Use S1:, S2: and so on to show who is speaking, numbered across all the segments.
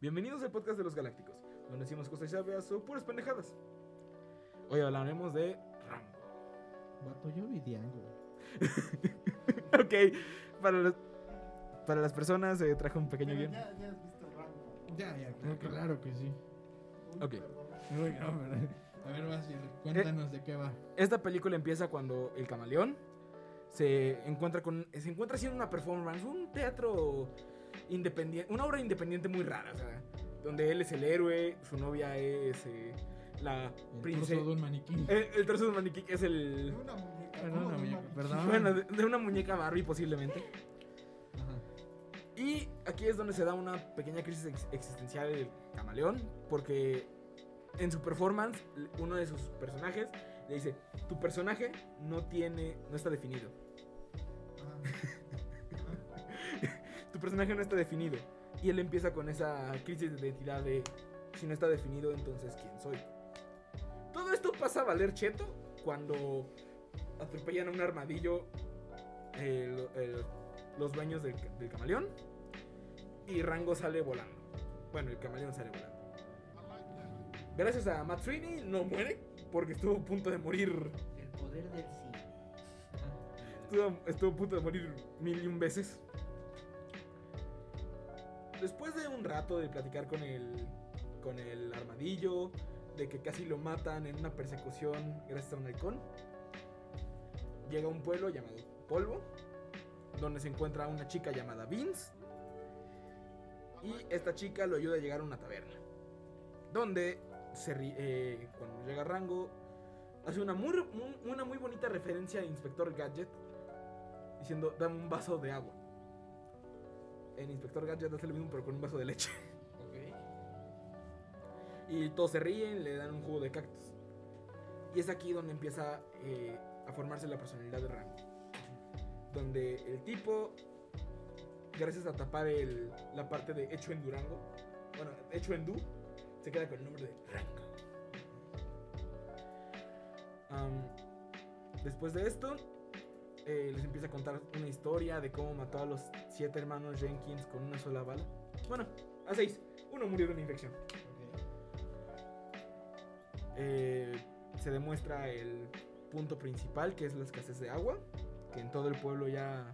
S1: Bienvenidos al podcast de los Galácticos, donde decimos cosas llaves o puras pendejadas. Hoy hablaremos de Rambo.
S2: Vato, yo vi Django.
S1: ok, para, los- para las personas eh, traje un pequeño
S3: Pero
S1: guión.
S3: ya, ya has visto Rambo.
S2: Ya, ya,
S1: Ok.
S2: Ah, claro que sí.
S3: Un
S1: Ok.
S3: perdón.
S2: Bueno, a ver, vas, Jerry, cuéntanos
S1: Eh,
S2: de qué va.
S1: Esta película empieza cuando el camaleón se encuentra con se encuentra haciendo una performance, un teatro independiente, una obra independiente muy rara, o sea, donde él es el héroe, su novia es eh, la
S2: El
S1: princesa.
S2: trozo de un maniquí.
S1: El, el trozo de un maniquí que es
S3: De
S1: el
S3: una muñeca.
S2: Perdón,
S3: ¿cómo de un
S2: amigo,
S3: maniquí?
S2: perdón.
S1: bueno de, de una muñeca Barbie posiblemente.
S2: Ajá.
S1: Y aquí es donde se da una pequeña crisis ex- existencial del camaleón, porque en su performance l- uno de sus personajes le dice, "Tu personaje no tiene no está definido."
S3: Ajá.
S1: tu personaje no está definido. Y él empieza con esa crisis de identidad de, si no está definido, entonces ¿quién soy? Todo esto pasa a valer cheto cuando atropellan a un armadillo eh, lo- el- los dueños del, ca- del camaleón y Rango sale volando. Bueno, el camaleón sale volando. Gracias a Matt Sweeney no muere porque estuvo a punto de morir.
S4: El poder del cine.
S1: Estuvo, estuvo a punto de morir mil y un veces. Después de un rato de platicar con el, con el armadillo, de que casi lo matan en una persecución gracias a un halcón, llega a un pueblo llamado Polvo, donde se encuentra una chica llamada Vince, y esta chica lo ayuda a llegar a una taberna, donde se, ri- eh, cuando llega Rango hace una muy, muy- una muy bonita referencia a Inspector Gadget diciendo, dame un vaso de agua. En Inspector Gadget hace lo mismo pero con un vaso de leche. Y todos se ríen, le dan un jugo de cactus. Y es aquí donde empieza eh, a formarse la personalidad de Rango. Donde el tipo, gracias a tapar el- la parte de hecho en Durango, bueno, hecho en Du, se queda con el nombre de Rango. Am, después de esto, eh, les empieza a contar una historia de cómo mató a los siete hermanos Jenkins con una sola bala. Bueno, a seis. Uno murió de una infección. Eh, se demuestra el punto principal, que es la escasez de agua, que en todo el pueblo ya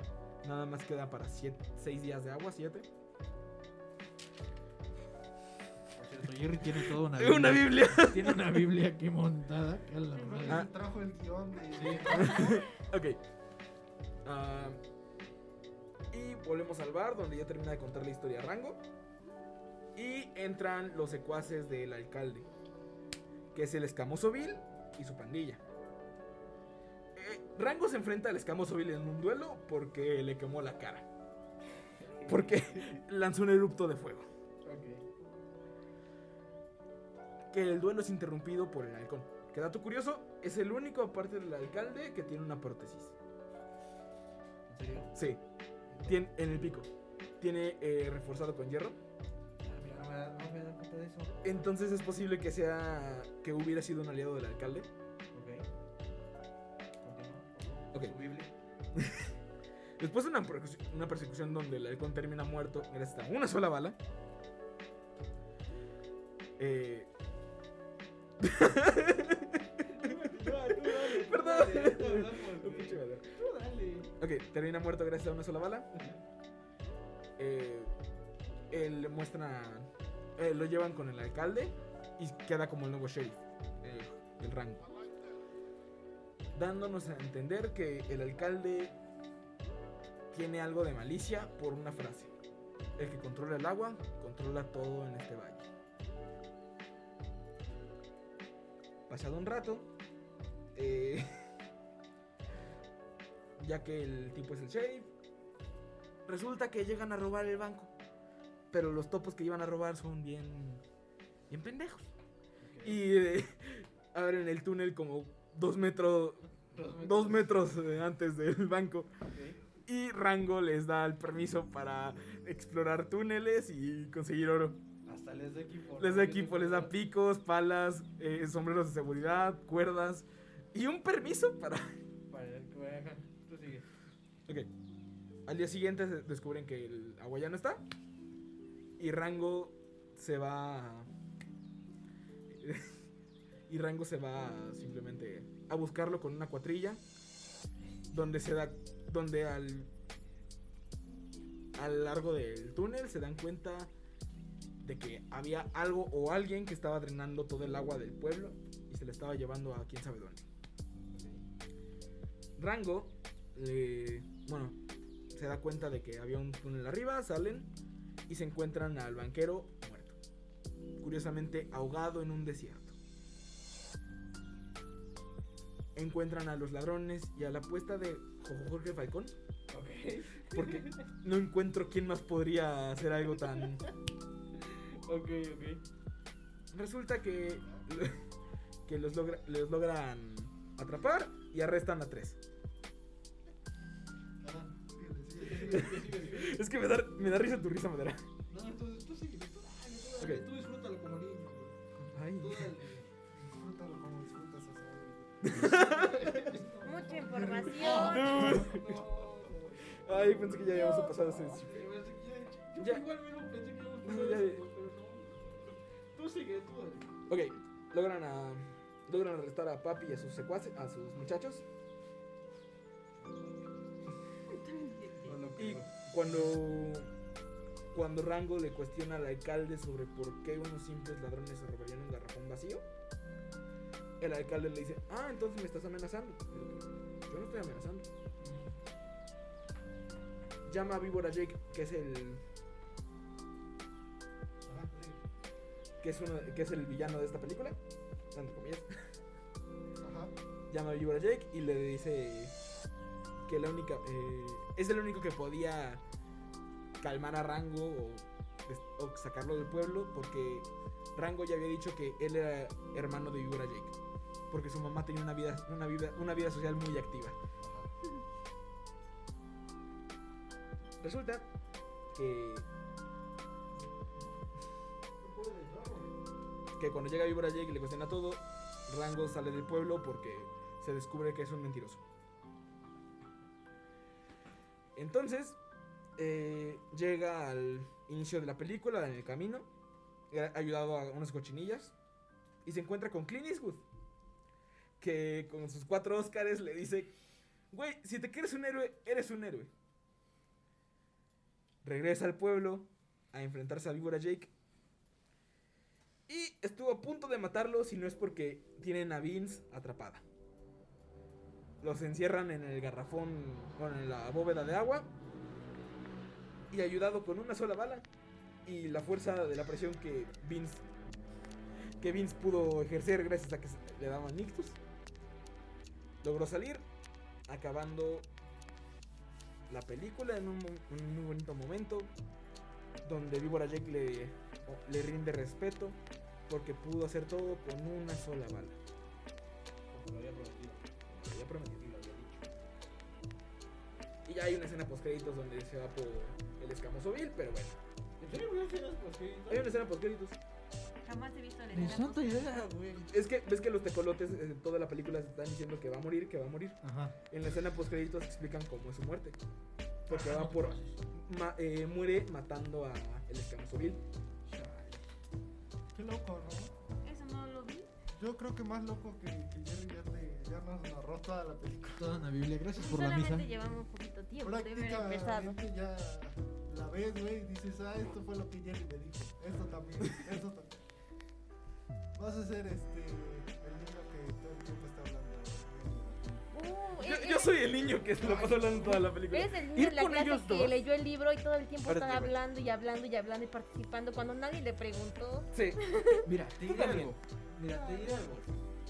S1: nada más queda para siete, seis días de agua, siete.
S2: Por cierto, Jerry tiene toda una
S1: Una Biblia.
S2: Tiene una Biblia aquí montada. que a la
S3: Sí,
S2: madre.
S3: porque
S1: Ah.
S3: trajo el guión de.
S1: Ok. Ah, y volvemos al bar donde ya termina de contar la historia a Rango. Y entran los secuaces del alcalde, que es el escamoso Bill y su pandilla. Eh, Rango se enfrenta al escamoso Bill en un duelo porque le quemó la cara. Porque lanzó un erupto de fuego. Que el duelo es interrumpido por el halcón. Que dato curioso, es el único aparte del alcalde que tiene una prótesis.
S4: ¿En serio?
S1: Sí. Tien- en el pico. Tiene eh, reforzado con hierro.
S4: Ah, mira, no me da- no me he dado cuenta de eso.
S1: Entonces es posible que sea. que hubiera sido un aliado del alcalde.
S4: Ok. Continúa.
S1: Ok.
S4: Su Biblia.
S1: Después de una, persecu- una persecución donde el halcón termina muerto gracias a una sola bala. Eh, Perdón. un pinche madre. Ok, termina muerto gracias a una sola bala. Eh, él le muestra. eh, lo llevan con el alcalde y queda como el nuevo sheriff, eh, el rango. Dándonos a entender que el alcalde tiene algo de malicia por una frase. El que controla el agua, controla todo en este valle. Pasado un rato, eh, ya que el tipo es el sheriff, resulta que llegan a robar el banco. Pero los topos que iban a robar son bien. bien pendejos. Y eh, abren el túnel como dos metros. dos metros eh, antes del banco. Y Rango les da el permiso para explorar túneles y conseguir oro.
S4: Hasta les da equipo.
S1: Les da equipo, les da picos, palas, eh, sombreros de seguridad, cuerdas y un permiso para
S4: Para el que- ajá, Tú sigue.
S1: Ok. Al día siguiente se- descubren que el agua ya no está. Y Rango se va. a- y Rango se va a, simplemente a buscarlo con una cuatrilla. Donde se da. Donde al. A lo largo del túnel se dan cuenta de que había algo o alguien que estaba drenando todo el agua del pueblo y se la estaba llevando a quién sabe dónde. Rango, le- eh, bueno, se da cuenta de que había un túnel arriba, salen y se encuentran al banquero muerto. Curiosamente ahogado en un desierto. Encuentran a los ladrones y a la apuesta de Jo- Jorge Falcón.
S4: Ok.
S1: Porque no encuentro quién más podría hacer algo tan...
S4: Ok, ok.
S1: Resulta que, que los, logra- los logran atrapar y arrestan a tres.
S3: Ajá, síguele, síguele, síguele.
S1: Es que me da, me da risa tu risa, madera.
S3: No, entonces tú síguele, tú dale, tú dale,
S1: Ok.
S3: tú disfrútalo como niño, güey.
S1: Ay.
S3: Tú dale. Disfrútalo como disfrutas a Saúl.
S5: Mucha información.
S1: Ay, pensé que ya habíamos pasado ese
S4: Eh,
S1: chiste.
S4: pues, ya- Yo
S1: Ya.
S4: igual me lo pensé que íbamos a
S1: Ya.
S4: hacer eso, pero no. Tú sigue, tú dale.
S1: Ok, logran, a, logran arrestar a Papi y a sus secuaces, a sus muchachos. Y cuando, cuando Rango le cuestiona al alcalde sobre por qué unos simples ladrones se robarían un garrafón vacío, el alcalde le dice, ah, entonces me estás amenazando. Yo no estoy amenazando. Llama a Víbora Jake, que es el
S3: Ajá, sí.
S1: que es, uno, que es el villano de esta película, entre comillas,
S3: Ajá.
S1: llama a Víbora Jake y le dice que la única, eh, es el único que podía calmar a Rango o, des- o sacarlo del pueblo porque Rango ya había dicho que él era hermano de Víbora Jake, porque su mamá tenía una vida, una vida, una vida social muy activa. Resulta que
S3: No puedo dejarlo, güey.
S1: que cuando llega Víbora Jake y le cuestiona todo, Rango sale del pueblo porque se descubre que es un mentiroso. Entonces, eh, llega al inicio de la película, en el camino, eh, ayudado a unas cochinillas, y se encuentra con Clint Eastwood, que con sus cuatro Óscares le dice, güey, si te crees un héroe, eres un héroe. Regresa al pueblo a enfrentarse a Víbora Jake y estuvo a punto de matarlo si no es porque tienen a Vince atrapada. Los encierran en el garrafón, bueno, en la bóveda de agua. Y ayudado con una sola bala y la fuerza de la presión que Vince, que Vince pudo ejercer gracias a que se- le daban nictus, logró salir, acabando la película en un, mo- un muy bonito momento donde Víbora Jake le, le rinde respeto porque pudo hacer todo con una sola bala.
S4: Como lo había prometido.
S1: Lo había prometido.
S4: Y lo había dicho.
S1: Y ya hay una escena post créditos donde se va por el escamoso Bill, pero bueno.
S4: ¿En serio voy a hacer las cositas?
S1: Hay una escena post créditos.
S5: Jamás he visto la
S2: Ni
S5: escena.
S2: santa idea, güey.
S1: Es que ves que los tecolotes en toda la película se están diciendo que va a morir, que va a morir.
S2: Ajá.
S1: En la escena post créditos explican cómo es su muerte. Porque va por ma- eh, muere matando a el escamoso Bill.
S3: Qué loco, ¿no?
S5: Eso no lo vi.
S3: Yo creo que más loco que, que Jerry ya, te, ya nos narró toda la película.
S2: Toda una Biblia. Gracias por la misa.
S5: Solamente llevamos poquito tiempo de haber empezado.
S3: Prácticamente ya la ves, güey, y dices, ah, esto fue lo que Jerry me dijo. Esto también, esto también. Vas a ser este, el niño que todo el tiempo está hablando.
S5: Uh,
S1: Yo,
S5: eh,
S1: yo
S5: eh,
S1: soy el niño que se lo pasa hablando toda la película.
S5: Eres el niño de la
S1: con
S5: clase
S1: ellos
S5: que
S1: dos.
S5: leyó el libro y todo el tiempo
S1: Párate,
S5: están
S1: güey.
S5: hablando y hablando y hablando y participando cuando nadie le preguntó.
S1: Sí.
S2: Mira, te
S1: Tú
S2: diré
S1: también.
S2: algo. Mira, te diré algo.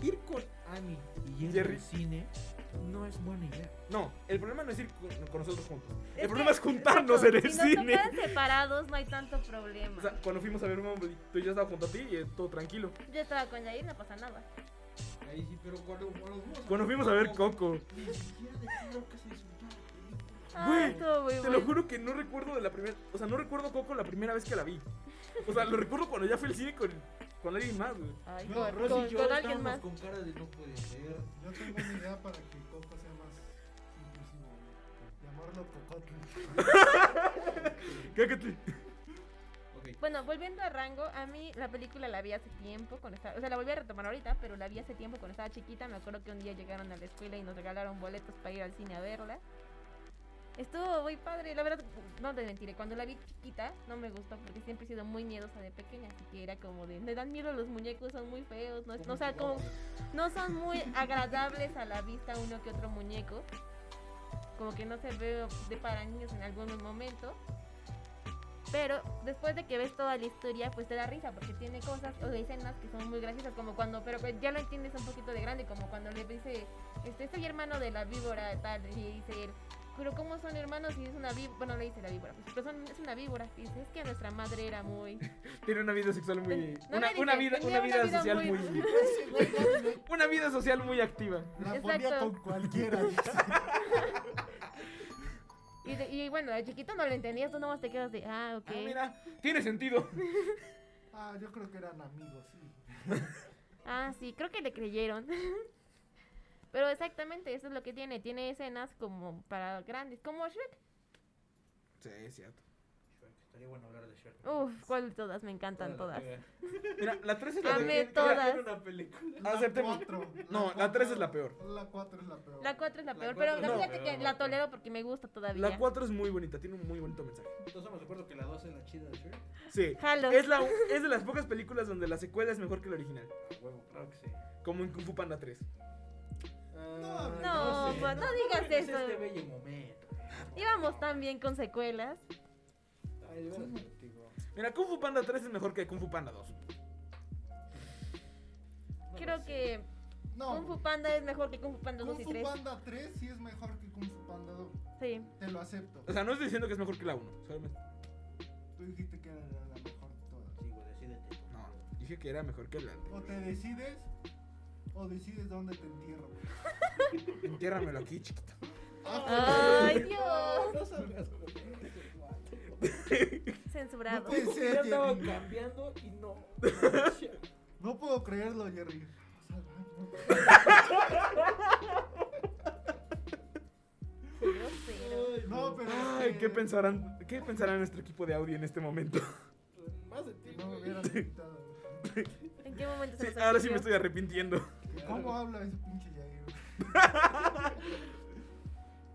S2: Ir con Annie y Jerry,
S1: Jerry.
S2: al cine no es buena idea.
S1: No, el problema no es ir con, con nosotros juntos. El
S5: que,
S1: problema es juntarnos en
S5: exacto,
S1: el
S5: si nos
S1: cine.
S5: tocan separados no hay tanto problema.
S1: O sea, cuando fuimos a ver Mumble, tú ya estaba junto a ti y eh, todo tranquilo.
S5: Yo estaba con Jair, no pasa nada.
S4: Ahí sí, pero cuando, cuando los dos-
S1: Cuando fuimos a ver Coco,
S4: Ni siquiera creo que se disfrutó la película.
S5: Ah,
S1: Güey,
S5: estuvo muy
S1: te
S5: bueno.
S1: lo juro que no recuerdo de la primera. O sea, no recuerdo Coco la primera vez que la vi. O sea, lo recuerdo cuando ya fui al cine con, con alguien más, güey.
S5: Ay,
S4: No,
S5: con,
S4: Rosy
S5: con-
S4: y yo
S5: con alguien
S4: estábamos
S5: más.
S4: con cara de no puede ser.
S3: Yo tengo una idea para que Coco sea más inclusivo. güey. Llamarlo Cocotle.
S1: Cácate.
S4: Ok,
S5: Bueno, volviendo a Rango, a mí la película la vi hace tiempo cuando estaba, o sea, la volví a retomar ahorita, pero la vi hace tiempo cuando estaba chiquita. Me acuerdo que un día llegaron a la escuela y nos regalaron boletos para ir al cine a verla. Estuvo muy padre, la verdad, no te mentiré, cuando la vi chiquita no me gustó porque siempre he sido muy miedosa de pequeña, así que era como de, me dan miedo los muñecos, son muy feos, no, es- no, o sea, como, no son muy agradables a la vista uno que otro muñeco. Como que no se ve de para niños en algunos momentos. Pero después de que ves toda la historia, pues te da risa porque tiene cosas o escenas que son muy graciosas, como cuando, pero pues ya lo entiendes un poquito de grande, como cuando le dice, este, soy hermano de la víbora, tal, y dice él, pero ¿cómo son hermanos si es una víbora? Bueno, le dice la víbora, pues, pero son- es una víbora, y dice, es que nuestra madre era muy...
S1: Tiene una vida sexual muy.
S5: No
S1: una,
S5: me
S1: una
S5: dice,
S1: vida,
S5: tenía
S1: una vida social muy.
S3: Ese güey ya me-
S1: Una vida social muy activa.
S3: La ponía
S5: Exacto.
S3: con cualquiera.
S5: y, de- y bueno, de chiquito no lo entendías, tú nomás te quedas de, ah, ok.
S1: Ah, mira, tiene sentido.
S3: Ah, yo creo que eran amigos, sí.
S5: Ah, sí, creo que le creyeron. Pero exactamente, eso es lo que tiene. Tiene escenas como para grandes, como Shrek.
S1: Sí, es cierto.
S4: Shrek, Estaría bueno hablar de Shrek.
S5: Uf, cuál de todas, me encantan
S4: Toda
S5: todas.
S4: la pega.
S1: Mira, la 3 es la
S5: Amé
S1: de.
S4: Era-
S5: todas.
S4: Era una película.
S3: La
S1: Aceptemos.
S3: cuatro,
S1: No, la
S3: cuatro-
S1: tres es la peor.
S3: La 4 es la peor.
S5: La 4 es la,
S4: La
S5: peor,
S4: cuatro
S5: pero la
S1: es la
S5: fíjate
S4: peor,
S5: que la
S4: la peor.
S5: tolero porque me gusta todavía.
S1: La 4 es muy bonita, tiene un muy bonito mensaje.
S4: Entonces me recuerdo que la 2 es la chida de Shrek.
S1: Sí.
S5: Jalo.
S1: Es, la, es de las pocas películas donde la secuela es mejor que la original.
S4: A huevo, claro que sí.
S1: Como en Kung Fu Panda 3.
S4: Ah,
S5: No,
S4: sé,
S5: pues, no digas
S4: ¿Cómo es
S5: eso.
S4: Este bello momento.
S5: Íbamos tan bien con secuelas.
S4: Ay, de veras contigo.
S1: Mira, Kung Fu Panda 3 es mejor que Kung Fu Panda 2.
S4: No
S5: Creo
S4: lo sé.
S5: que
S3: No,
S5: Kung Fu Panda es mejor que Kung Fu Panda 2
S3: Kung
S5: y
S3: Fu
S5: 3.
S3: Panda 3 sí es mejor que Kung Fu Panda 2.
S5: Sí.
S3: Te lo acepto.
S1: O sea, no estoy diciendo que es mejor que la 1. Solamente.
S3: Tú dijiste que era la mejor de todas.
S4: Sí, güey, decídete.
S1: No, dije que era mejor que la anterior.
S3: O te decides, o decides dónde te entierro.
S1: Entiérramelo aquí, chiquito.
S5: Este, Ah.
S3: Ah,
S5: Ay, Dios.
S4: No salgas con eso,
S5: Censurado.
S3: No puede ser,
S4: estaba
S3: Jerry.
S4: cambiando y no.
S3: No puedo creerlo, Jerry. O sea, no, no.
S5: Grosero.
S3: No, pero.
S1: Ay, ¿qué pensarán? ¿Qué pensará nuestro equipo de audio en este momento?
S4: Más de ti,
S3: Que no me
S4: güey.
S3: hubieran invitado.
S5: ¿En qué momento se
S1: Sí,
S5: nos
S1: ahora sí me
S5: ocurrió?
S1: estoy arrepintiendo.
S3: ¿Cómo habla ese pinche Jair?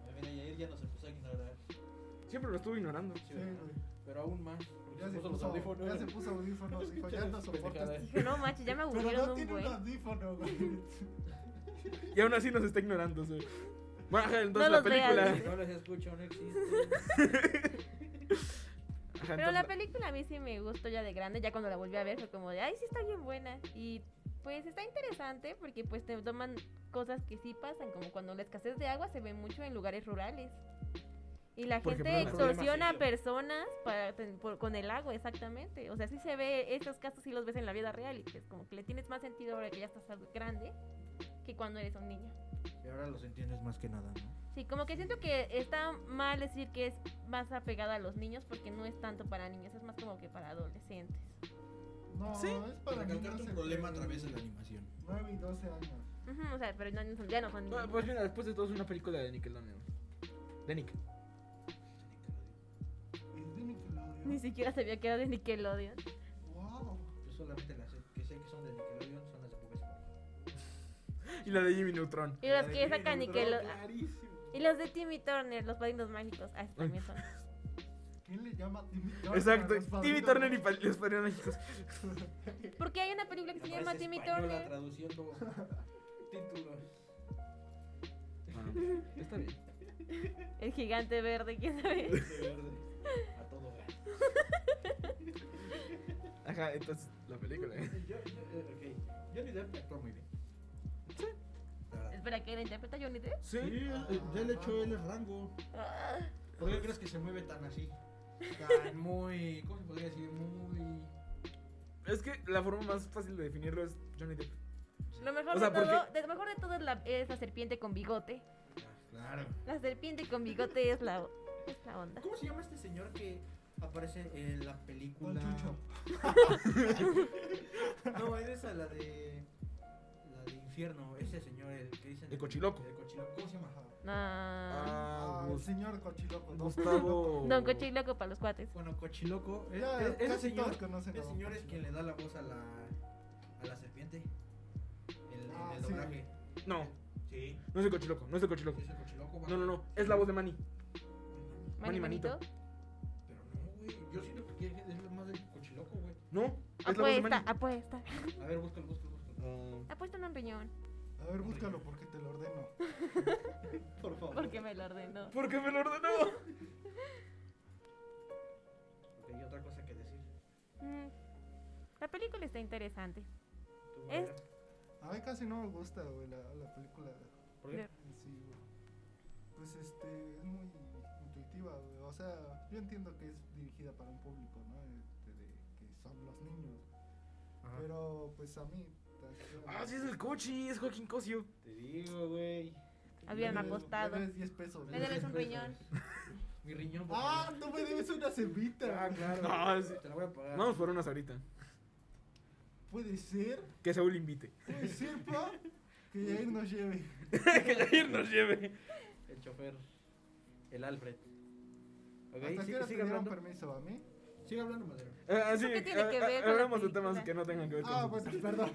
S4: Ay, Mira, Yair ya nos empezó a ignorar.
S1: Siempre lo estuve ignorando.
S4: Sí,
S3: Sí,
S4: ¿verdad?
S3: güey.
S4: Pero aún más. Porque
S3: Ya
S4: se
S3: se
S4: puso los
S3: puso,
S4: audífonos.
S3: ya se puso audífonos. Dijo, ya no soporto
S4: Pendejada.
S3: este-
S5: Dije, no, macho, ya me
S3: Pero
S5: aburrieron
S3: no
S5: un
S3: tiene un
S5: buen.
S3: audífono, güey.
S1: Y aún así nos está ignorando. sí. Bueno, ajá, entonces
S5: No
S1: la
S5: los veas.
S1: película.
S4: Si no les escucho, no existe.
S1: Ajá,
S5: Pero la
S1: entonces-
S5: película a mí sí me gustó ya de grande, ya cuando la volví a ver fue como de, ay, sí está bien buena. Y pues está interesante porque pues te toman cosas que sí pasan, como cuando la escasez de agua se ve mucho en lugares rurales. Y la
S1: Por
S5: gente
S1: ejemplo, en
S5: extorsiona
S4: Colombia.
S5: a personas para, ten- por- con el agua, exactamente. O sea, sí se ve, estos casos sí los ves en la vida real y pues como que le tienes más sentido ahora que ya estás grande que cuando eres un niño.
S4: Y ahora los entiendes más que nada, ¿no?
S5: Sí, como que siento que está mal decir que es más apegada a los niños porque no es tanto para niños, es más como que para adolescentes.
S3: No,
S1: Sí.
S3: es para
S4: Recalcar
S3: niños
S4: tu
S3: entre
S4: problema a través de la animación.
S3: 9 y 12 años.
S5: Ujú, o sea, pero no- no son- ya no son niños.
S1: Bueno, Pues mira, después de todo es una película de Nickelodeon. De Nick.
S3: Es de
S1: pues,
S3: Nickelodeon.
S5: Ni siquiera sabía que era de Nickelodeon.
S3: Wow.
S4: Yo solamente las que sé que son de Nickelodeon son las de Bob Esponja.
S1: Y la de Jimmy Neutron.
S5: Y los
S4: La de
S5: que
S4: Jimmy
S5: sacan
S4: Neutron,
S5: Nickelodeon.
S4: Clarísimo.
S5: Y los de Timmy Turner, los padrinos mágicos. Ah, esos también son.
S3: ¿Quién le llama Timmy Turner?
S1: Exacto.
S3: a los
S1: Timmy
S3: padrinos?
S1: Turner y pa- los padrinos mágicos.
S5: Porque hay una película que se llama
S4: Parece
S5: Timmy
S4: española
S5: Turner.
S4: traduciendo títulos.
S1: Bueno, está bien.
S5: El gigante verde, quién sabe.
S4: De verde. A todo gas.
S1: Ajá, entonces la película. ¿eh?
S4: Yo, yo, eh, ok. Johnny Depp actuó muy bien. Sí.
S5: Espera, ¿que la interpreta Johnny Depp?
S1: Sí.
S4: ya le echó él el rango.
S5: Ah,
S4: ¿Por qué crees que se mueve tan así? Tan muy. ¿Cómo se podría decir? Muy.
S1: Es que la forma más fácil de definirlo es Johnny Depp.
S5: Lo mejor,
S1: O sea,
S5: de todo,
S1: porque-
S5: de- lo mejor de todo es la, es la serpiente con bigote.
S4: Ah, Claro.
S5: La serpiente con bigote es la, es la onda.
S4: ¿Cómo se llama este señor que aparece en la película?
S3: Don Chucho.
S4: no, eres a la de. La de infierno, ese señor, el que dicen.
S1: El cochiloco.
S4: El cochiloco. ¿Cómo se llama?
S3: Ajá.
S5: No.
S1: Ah,
S3: Ah, el
S1: Gus-
S3: señor Cochiloco. ¿no?
S1: Gustavo.
S5: Don Coche y Loco para los cuates.
S4: Bueno, cochiloco. eh,
S3: Ya,
S4: eh, ese
S3: casi
S4: señor,
S3: todos conocen a
S4: ese
S3: Don
S4: señor es
S3: Cochiloco.
S4: quien le da la voz a la, a la serpiente. El,
S3: Ah,
S4: en el
S3: sí.
S4: doblaje.
S1: No,
S4: Sí.
S1: no es el cochiloco, no es el cochiloco.
S4: Es el cochiloco. va.
S1: No, no, no, es la voz de Manny. Mani
S5: Mani
S1: Manito.
S5: Manito.
S4: Pero no, güey. Yo siento que es lo más del cochiloco, güey.
S1: No, es la voz de
S5: Apuesta,
S1: Manny.
S5: apuesta.
S4: A ver, búscalo, búscalo, búscalo.
S1: Ah,
S5: Apuesta en un riñón.
S3: A ver, búscalo porque te lo ordeno.
S4: Por favor.
S5: Porque me lo ordenó.
S1: ¿Por qué me lo ordenó?
S4: Porque hay otra cosa que decir.
S5: Mm, La película está interesante.
S4: Tú, a ver,
S5: Es-
S3: A mí casi no me gusta, güey, la, la película
S4: ¿por qué?
S3: en sí, güey. Pues este, es muy intuitiva, güey. O sea, yo entiendo que es dirigida para un público, ¿no? Este, de, que son los niños.
S4: Ajá.
S3: Pero pues a mí.
S1: Ah, sí, es el cochi, es Joaquín Cosio.
S4: Te digo, güey.
S5: Habían
S3: me
S5: acostado.
S3: Me debes 10 pesos.
S5: Me debes un riñón.
S4: Mi riñón. por
S3: Ah,
S4: favor.
S3: tú me debes una cebita.
S4: Ah, claro.
S1: No,
S4: güey,
S1: es-
S4: Te la voy a pagar.
S1: Vamos por unas ahorita.
S3: Puede ser,
S1: Que Saúl invite.
S3: puede ser, pa. Que Jair nos lleve.
S1: que Jair nos lleve.
S4: El chofer. El Alfred. Ok,
S3: ¿Hasta
S4: sí-
S3: qué hora te
S4: sigue
S3: dieron
S4: hablando.
S3: permiso a mí?
S4: Sigue hablando, madre.
S1: Ah, sí,
S5: qué tiene
S1: ah,
S5: que
S1: ah,
S5: ver con la
S1: hablamos de
S5: película?
S1: temas que no tengan que ver con.
S3: Ah, bueno, perdón.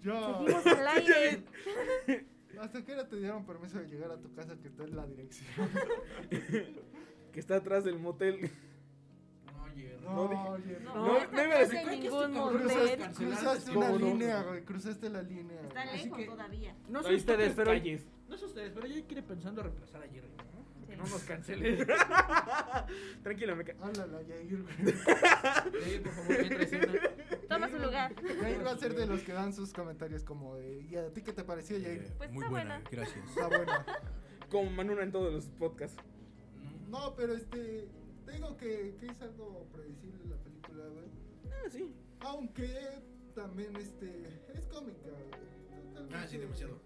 S3: Yo.
S5: Seguimos al aire.
S3: ¿Hasta qué hora te dieron permiso de llegar a tu casa que está en la dirección?
S1: Que está atrás del motel.
S4: No, oye.
S1: No, dije-
S3: oye.
S5: No,
S1: No,
S5: esta
S1: no iba a
S5: no es
S1: decir,
S5: de
S1: creo que
S5: ningún
S4: cabrón
S5: motel.
S4: es
S3: Cruzaste,
S4: cancelado.
S3: cruzaste
S1: ¿Cómo
S3: una
S1: no?
S3: línea, güey. Cruzaste la línea.
S5: Está
S3: güey.
S4: Así
S5: lejos
S4: que-
S5: todavía.
S4: No
S1: Ahí
S4: sé
S1: está
S4: ustedes, pero
S1: calles.
S4: No sé ustedes, pero ella quiere pensando reemplazar a Jerry, ¿no?
S5: Sí.
S4: Que no nos cancele.
S1: Tranquilo, me ca-
S3: Háblala, Jair, güey.
S4: Jair, por favor, entra a escena.
S5: Toma su lugar.
S3: Jair va a ser de los que dan sus comentarios como de. ¿Y a ti qué te pareció,
S1: Eh.
S3: Jair?
S5: Pues
S6: muy
S5: está
S6: buena,
S5: buena.
S6: gracias.
S3: Está buena.
S1: Como Manuna en todos los podcasts.
S4: No.
S3: No, pero este. Te digo que, que es algo predecible la película, güey.
S1: Ah, sí.
S3: Aunque también este. Es cómica, güey. Totalmente-
S4: Ah, sí, demasiado.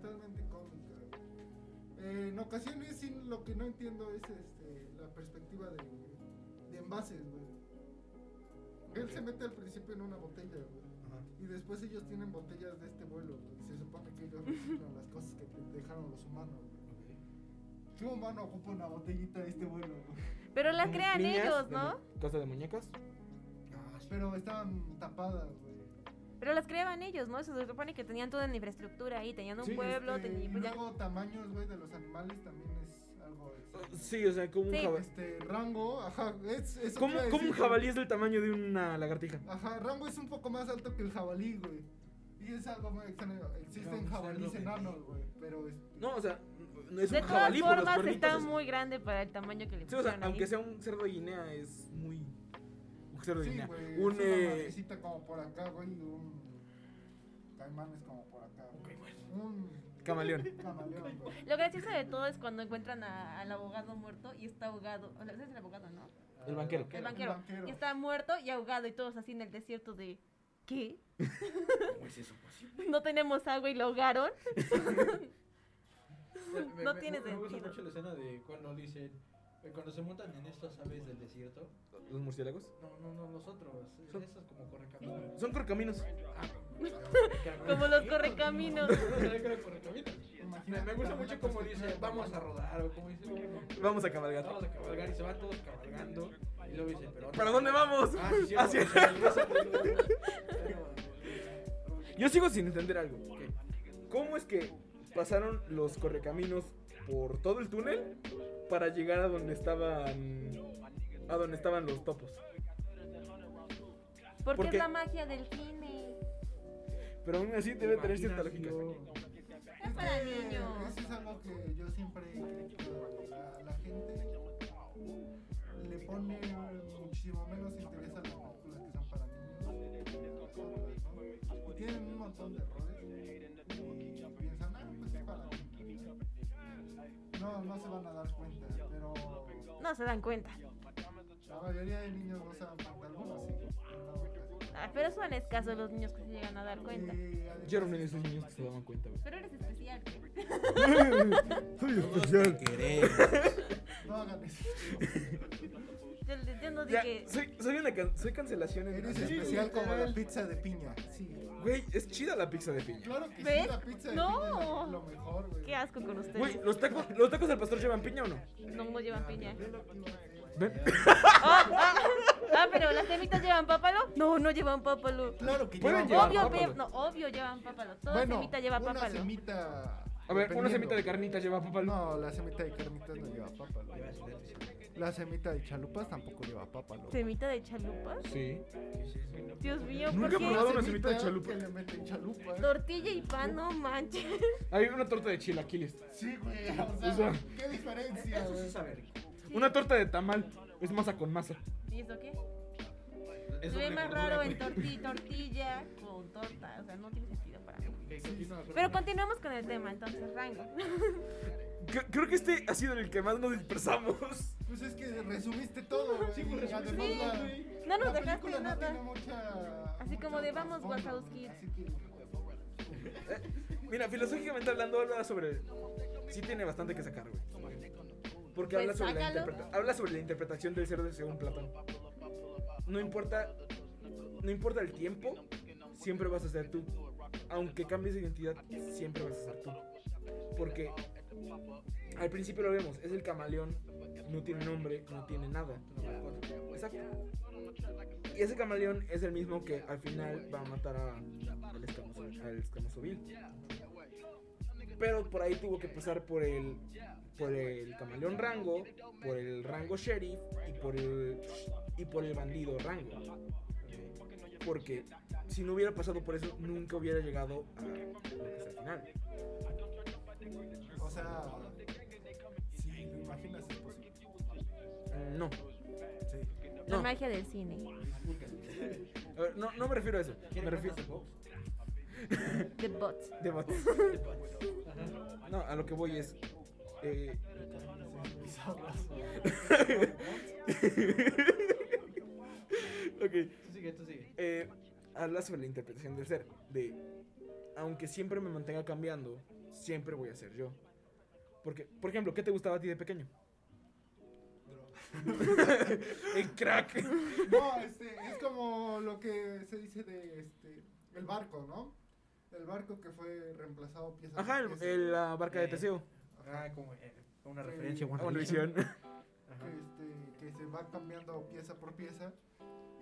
S3: Totalmente cómica, güey. Eh, en ocasiones sí, lo que no entiendo es este, la perspectiva de, de envases, güey. Él se mete al principio en una botella, güey.
S1: Ajá.
S3: Y después ellos tienen botellas de este vuelo, güey. Se supone que ellos reciclan las cosas que te dejaron los humanos, güey. ¿Qué humano ocupa una botellita de este vuelo, güey?
S5: Pero la crean
S1: Niñas
S5: ellos,
S1: de
S5: ¿no?
S1: mu- Cosa de muñecas.
S4: Ah, sí.
S3: Pero estaban tapadas, güey.
S5: Pero las creaban ellos, ¿no? Se supone que tenían toda la infraestructura ahí. Tenían un
S1: Sí,
S5: pueblo,
S3: Este, y
S5: tenían... pues ya-
S3: luego tamaños, güey, de los animales también es algo.
S1: Ah,
S3: este,
S1: Sí, o sea, como un
S5: Sí.
S1: jabalí.
S3: Este, rango, ajá, es. eso
S1: ¿Cómo,
S3: te iba a
S1: cómo un
S3: decir,
S1: jabalí es del tamaño de una lagartija?
S3: güey. Ajá, rango es un poco más alto que el jabalí, güey. Y es algo muy extraño.
S4: Era
S3: Existen
S4: un
S3: jabalíes
S4: cerdo
S3: enanos, güey. Pero este,
S1: No, o sea, no es
S5: De
S1: un
S5: todas
S1: jabalí por los
S5: formas,
S1: cuernitos,
S5: está
S1: es-
S5: muy grande para el tamaño que le
S1: Sí, o
S5: pusieron
S1: sea,
S5: ahí.
S1: aunque sea un cerdo de Guinea, es muy. Un cerdo de
S3: Sí,
S1: Guinea. un.
S3: güey. es una
S1: eh,
S3: madrecita como por acá, güey. y Un caimán es como por acá. güey. Un
S1: Camaleón.
S3: camaleón, güey.
S5: Lo gracioso de todo es cuando encuentran a- al abogado muerto y está ahogado. O sea, ese es el abogado, ¿no?
S4: Ah,
S1: El banquero.
S5: El
S3: ban-
S5: banquero.
S3: banquero.
S5: Y está muerto y ahogado y todos así en el desierto de... ¿Qué?
S4: ¿Cómo es eso posible?
S5: ¿No tenemos agua y lo ahogaron?
S4: Me-
S5: No
S4: me-
S5: tiene
S4: Me gusta
S5: sentido.
S4: mucho la escena de cuando dicen. eh, Cuando se montan en estas aves del desierto.
S1: ¿Los murciélagos?
S4: No, no, no, los otros.
S1: Son-
S4: Esos como correcaminos.
S1: Son correcaminos.
S5: Como los correcaminos.
S4: Me,
S3: Imagínate
S4: me gusta
S3: también
S4: mucho
S3: la
S4: como
S3: perspectiva
S4: dice,
S3: de-
S4: vamos a rodar o como dice, vamos
S1: Vamos a cabalgar.
S4: a cabalgar y se van todos cabalgando y luego dicen, pero
S1: ¿Para dónde vamos?
S4: Ah, sí, cierto,
S1: Hacia-
S4: o sea, regresa, pero-
S1: Yo sigo sin entender algo. ¿Cómo es que pasaron los correcaminos por todo el túnel para llegar a donde estaban. a donde estaban los topos?
S5: Porque
S1: Porque-
S5: es la magia del cine.
S1: Pero aún así debe tener cierta lógica.
S5: Es para
S3: que
S5: niños.
S3: Este, Eso es algo que yo siempre he criticado, güey. La, la gente le pone muchísimo menos interés a las películas que son para niños. a las otras, ¿no? Y Tienen un montón de errores y piensan, ah, pues es para niños. No, no se van a dar cuenta, pero
S5: No se dan cuenta.
S3: la mayoría de niños no se dan cuenta, algunos sí. pero no, casi.
S5: Ah, pero son escasos los niños que se llegan a dar cuenta.
S3: Y además-
S1: Yo era uno de esos niños que se daban cuenta, güey.
S5: Pero eres especial.
S6: Soy especial.
S3: No hagan eso.
S5: Yo, yo no
S1: Ya,
S5: dije.
S1: soy, soy una can- soy cancelación en
S3: Eres
S1: Sí,
S3: especial como la
S1: literal.
S3: pizza de piña. Sí.
S1: Güey, es chida la pizza de piña.
S3: Claro que
S5: ¿Ves?
S3: sí, la pizza de
S5: No.
S3: piña es la- lo mejor, güey.
S5: Qué asco con
S1: Güey,
S5: ustedes.
S1: ¿los tacos, ¿los tacos del pastor llevan piña o no?
S5: No, no llevan piña.
S1: Ven.
S5: Ah, ah, ah, pero las semitas llevan pápalo. No, no llevan pápalo.
S3: Claro que
S1: Pueden llevar
S3: lleva
S5: Obvio,
S1: pápalo.
S5: pe- no, obvio llevan pápalo. Toda
S3: bueno,
S5: semita lleva
S3: una
S5: pápalo.
S3: semita.
S1: A ver, una
S3: dependiendo.
S1: semita de carnitas lleva papal.
S3: No, la semita de carnitas no lleva pápalo. La semita de chalupas tampoco lleva pápalo.
S5: ¿Semita de chalupas?
S1: Sí.
S5: Dios mío, ¿por
S1: Nunca he
S5: qué?
S1: probado una semita de chalupa.
S3: Que le meten chalupa. ¿eh?
S5: Tortilla y pan, no manches.
S1: Hay una torta de chilaquiles.
S3: Sí, güey. O sea,
S1: O sea,
S3: qué diferencia,
S2: Eso sí
S3: güey.
S2: sabe rico.
S1: Una torta de tamal. Es masa con masa.
S5: ¿Y eso qué?
S4: Es
S5: Se ve
S4: doble
S5: más
S4: gordura,
S5: raro
S4: güey.
S5: en torti- tortilla con torta. O sea, no tiene sentido para mí.
S3: Sí, no,
S5: Pero continuamos con el tema, entonces, rango.
S1: Cre- Creo que este ha sido el que más nos dispersamos.
S3: Pues es que resumiste todo, güey. Sí, pues además
S5: Sí.
S3: la,
S5: No nos
S3: la
S5: dejaste
S3: película no
S5: nada.
S3: tiene mucha...
S5: Así como
S3: mucho
S5: de vamos,
S3: trasfondo,
S5: Wazowski.
S3: güey, así que-
S1: Mira, filosóficamente hablando, habla sobre. Sí, tiene bastante que sacar, güey. Porque
S5: Pues
S1: habla sobre, la
S5: sácalo.
S1: interpreta- habla sobre la interpretación del ser según Platón. No importa, no importa el tiempo, siempre vas a ser tú. Aunque cambies de identidad, siempre vas a ser tú. Porque al principio lo vemos, es el camaleón, no tiene nombre, no tiene nada. Exacto. Y ese camaleón es el mismo que al final va a matar a, al, escamoso, al escamoso vil. Pero por ahí tuvo que pasar por el por el camaleón rango, por el rango sheriff y por el y por el bandido rango. Porque si no hubiera pasado por eso nunca hubiera llegado a lo que es el final.
S3: O sea, si lo imaginas es posible.
S1: No,
S3: Sí.
S5: La
S1: no,
S5: magia del cine.
S1: a ver, no, no me refiero a eso. Me refiero
S5: The Bots.
S1: de bots. No, a lo que voy es eh, ok,
S4: Tú sigue, tú sigue.
S1: eh, habla sobre la interpretación del ser. De, aunque siempre me mantenga cambiando, siempre voy a ser yo. Porque, por ejemplo, ¿qué te gustaba a ti de pequeño? El crack.
S3: No, este, es como lo que se dice de este, el barco, ¿no? El barco que fue reemplazado pieza
S1: Ajá,
S3: por
S1: el-
S3: pieza.
S1: el- la barca de Teseo.
S2: Ah,
S3: Ajá,
S2: como eh, una referencia.
S3: Sí.
S2: One
S1: Ah, bueno,
S2: Direction.
S1: visión.
S2: Ajá.
S3: que, este, que se va cambiando pieza por pieza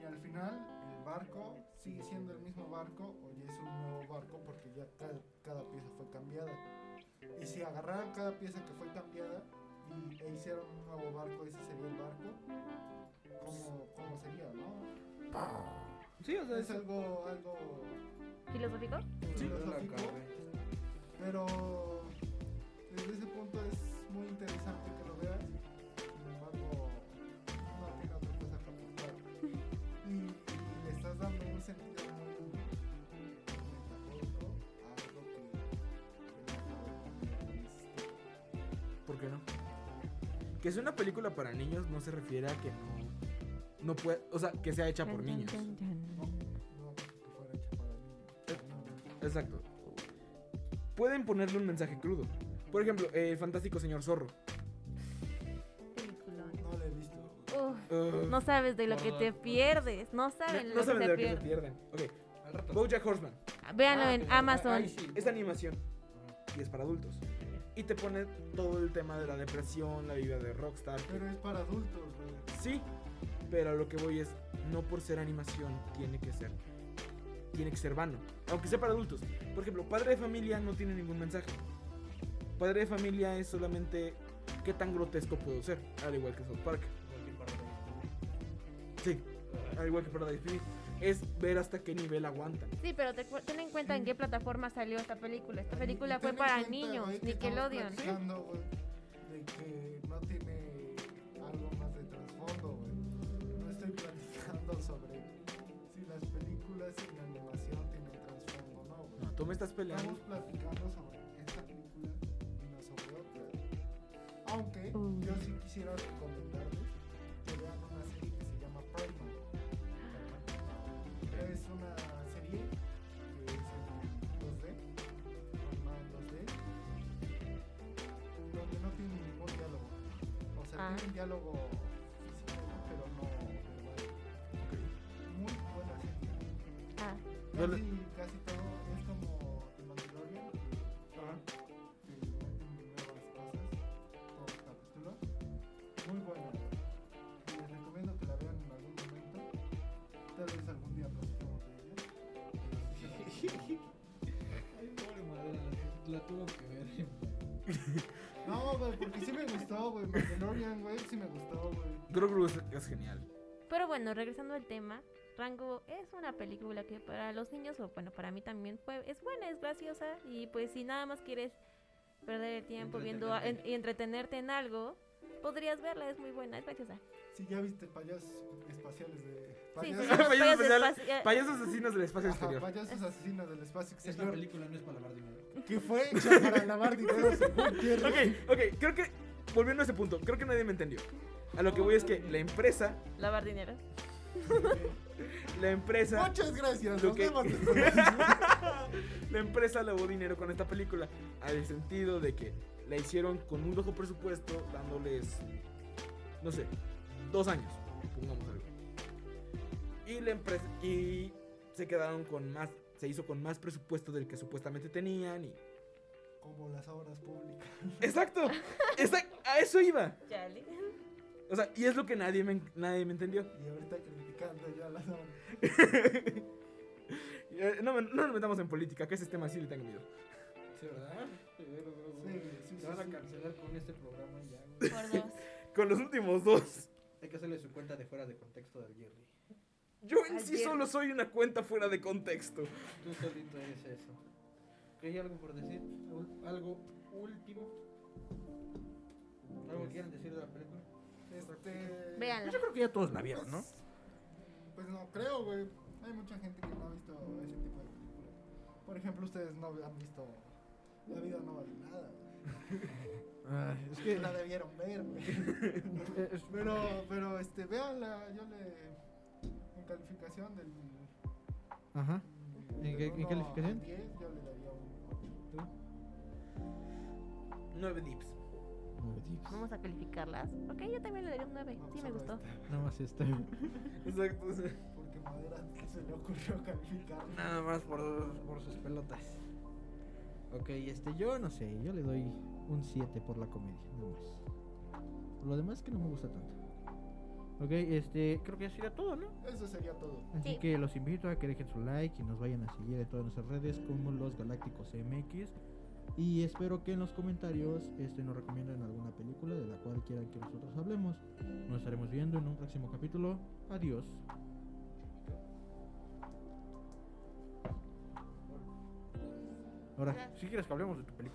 S3: y al final el barco sigue siendo el mismo barco o ya es un nuevo barco porque ya cada, cada pieza fue cambiada. Y si agarraran cada pieza que fue cambiada y, e hicieran un nuevo barco, ese sería el barco, ¿cómo, cómo sería, no?
S1: Sí, o sea,
S3: Es
S1: es-
S3: algo, algo
S5: ¿Filosófico?
S3: filosófico, pero desde ese punto es muy interesante que lo veas. Sin embargo, no tiene otra cosa que apuntar. Y, y le estás dando un sentido muy metafórico a algo que- que no existe.
S1: ¿por qué no? Que es una película para niños no se refiere a que no, no puede, o sea, que sea hecha por
S5: Chan,
S1: niños.
S5: chan, chan,
S3: No,
S5: chan.
S3: no que fuera hecha para niños.
S1: Exacto. Pueden ponerle un mensaje crudo. Por ejemplo, eh, el fantástico señor zorro.
S5: Peliculón.
S3: No, no lo he visto.
S5: Uf,
S1: Ugh.
S5: no sabes de lo que te pierdes. No saben
S1: No
S5: lo
S1: saben
S5: que
S1: de
S5: te
S1: lo que se
S5: pierdes.
S1: pierden. Ok,
S4: Al rato.
S1: Bojack Horseman.
S5: Véanlo
S4: Ah,
S5: en
S4: que-
S5: Amazon.
S4: ay, sí.
S1: Es animación y es para adultos. Y te pone todo el tema de la depresión, la vida de Rockstar. que-
S3: Pero es para adultos, güey.
S1: Sí, pero a lo que voy es, no por ser animación tiene que ser. Tiene que ser vano. Aunque sea para adultos. Por ejemplo, padre de familia no tiene ningún mensaje. Padre de familia es solamente qué tan grotesco puedo ser. Al igual que South Park. Sí, al igual que Paradise Pinis. Es ver hasta qué nivel aguantan.
S5: Sí, pero te cu- ten en cuenta en qué plataforma salió esta película. Esta película
S3: Y
S5: fue
S3: ten en
S5: para
S3: cuenta,
S5: niños,
S3: güey, que
S5: Nickelodeon.
S3: estamos platicando, güey, De que no tiene algo más de trasfondo, güey. No estoy platicando sobre si las películas en animación tienen trasfondo o no,
S1: No,
S3: güey.
S1: tú me estás
S3: Estamos
S1: peleando.
S3: platicando sobre esta película y no sobre otra. Aunque
S5: Uh.
S3: yo sí quisiera recomendarles que vean una serie que se llama Primal. Es una serie que es en 2D, formada en 2D, donde no tiene ningún diálogo. O sea,
S5: Ah.
S3: tiene un diálogo físico, ¿no? pero no
S5: Ah.
S1: No le-
S3: casi, casi todo es como el Mandalorian, que que le meten nuevas cosas por capítulo. Muy bueno. Les recomiendo que la vean en algún momento. Tal vez algún día platicamos de ella. pero sí se la recomiendo.
S4: Ay, pobre madre, la, la tuvo que ver.
S3: No, güey, porque sí me gustó, güey. Mandalorian, güey, sí me gustó, güey.
S1: Grogu es, es genial.
S5: Pero bueno, regresando al tema, Rango es una película que para los niños, o bueno, para mí también fue, es buena, es graciosa, y pues si nada más quieres perder el tiempo viendo a- en- y entretenerte en algo, podrías verla, es muy buena, es graciosa.
S3: Sí, ya viste payasos espaciales de.
S5: Sí,
S3: Payasos,
S5: sí,
S1: Payasos
S5: sí, payasos
S1: espaciales-
S5: espaci- eh,
S1: Payasos asesinos del espacio
S3: Ajá,
S1: exterior.
S3: payasos asesinos del espacio
S4: Esta
S3: exterior.
S4: película no es para lavar dinero.
S2: Que fue hecha para lavar dinero según Jerry.
S1: Ok, ok, creo que. Volviendo a ese punto, creo que nadie me entendió. A lo que voy es que la empresa.
S5: Lavar dinero.
S1: La empresa.
S2: Muchas gracias.
S1: Lo
S2: Nos
S1: que-
S2: vemos después.
S1: La empresa lavó dinero con esta película. Al sentido de que la hicieron con muy bajo presupuesto, dándoles. No sé, dos años. Pongamos algo. Y la empresa. Y se quedaron con más. Se hizo con más presupuesto del que supuestamente tenían. Y.
S3: Como las obras públicas.
S1: ¡Exacto! Exact- a eso iba.
S5: Chale.
S1: O sea, y es lo que nadie me, nadie me entendió.
S3: Y ahorita criticando ya las obras.
S1: Eh, No, me- no nos metamos en política, que ese tema sí le tengo miedo.
S4: Sí, ¿verdad? Ah. Sí,
S3: Sí, sí,
S4: Te van
S3: sí,
S4: a
S3: sí.
S4: cancelar con este programa ya, güey.
S5: Por dos.
S1: Con los últimos dos.
S4: Hay que hacerle su cuenta de fuera de contexto del Jerry.
S1: Yo en sí
S5: Ayer.
S1: solo soy una cuenta fuera de contexto.
S4: Tú solito eres eso. ¿Ok? ¿Hay algo por decir? Ul- ¿Algo último? Pues ¿Algo quieren decir de la película?
S3: Este.
S5: Véanla.
S2: Yo creo que ya todos la
S3: Pues,
S2: vieron, ¿no?
S3: Pues no creo, güey. Hay mucha gente que no ha visto ese tipo de películas. Por ejemplo, ustedes no han visto La vida no vale nada.
S2: Ay, Ah, es que
S3: Que la debieron ver, güey.
S2: eh, es-
S3: Pero, pero, este, véanla. Yo le. En calificación del.
S2: Ajá. ¿En
S3: del
S2: qué- en
S3: uno
S2: calificación?
S3: al 10, yo le daría un 8.
S1: Nueve dips.
S2: Nueve tips.
S5: Vamos a calificarlas. Ok, yo también le daré un 9.
S3: No,
S5: Sí, me
S3: solo
S5: gustó.
S3: esta,
S2: Nada más esta.
S1: Exacto. o sea,
S3: Porque Madera se le ocurrió calificarla.
S2: Nada más por, por sus pelotas. Ok, este, yo no sé, yo le doy un 7 por la comedia, nada más. Por lo demás que no me gusta tanto. Ok, este, creo que ya sería todo, ¿no?
S3: Eso sería todo.
S2: Así
S5: Sí.
S2: que los invito a que dejen su like y nos vayan a seguir en todas nuestras redes como los Galácticos MX. Y espero que en los comentarios este, nos recomienden alguna película de la cual quieran que nosotros hablemos. Nos estaremos viendo en un próximo capítulo. Adiós. Ahora, si quieres que hablemos de tu película.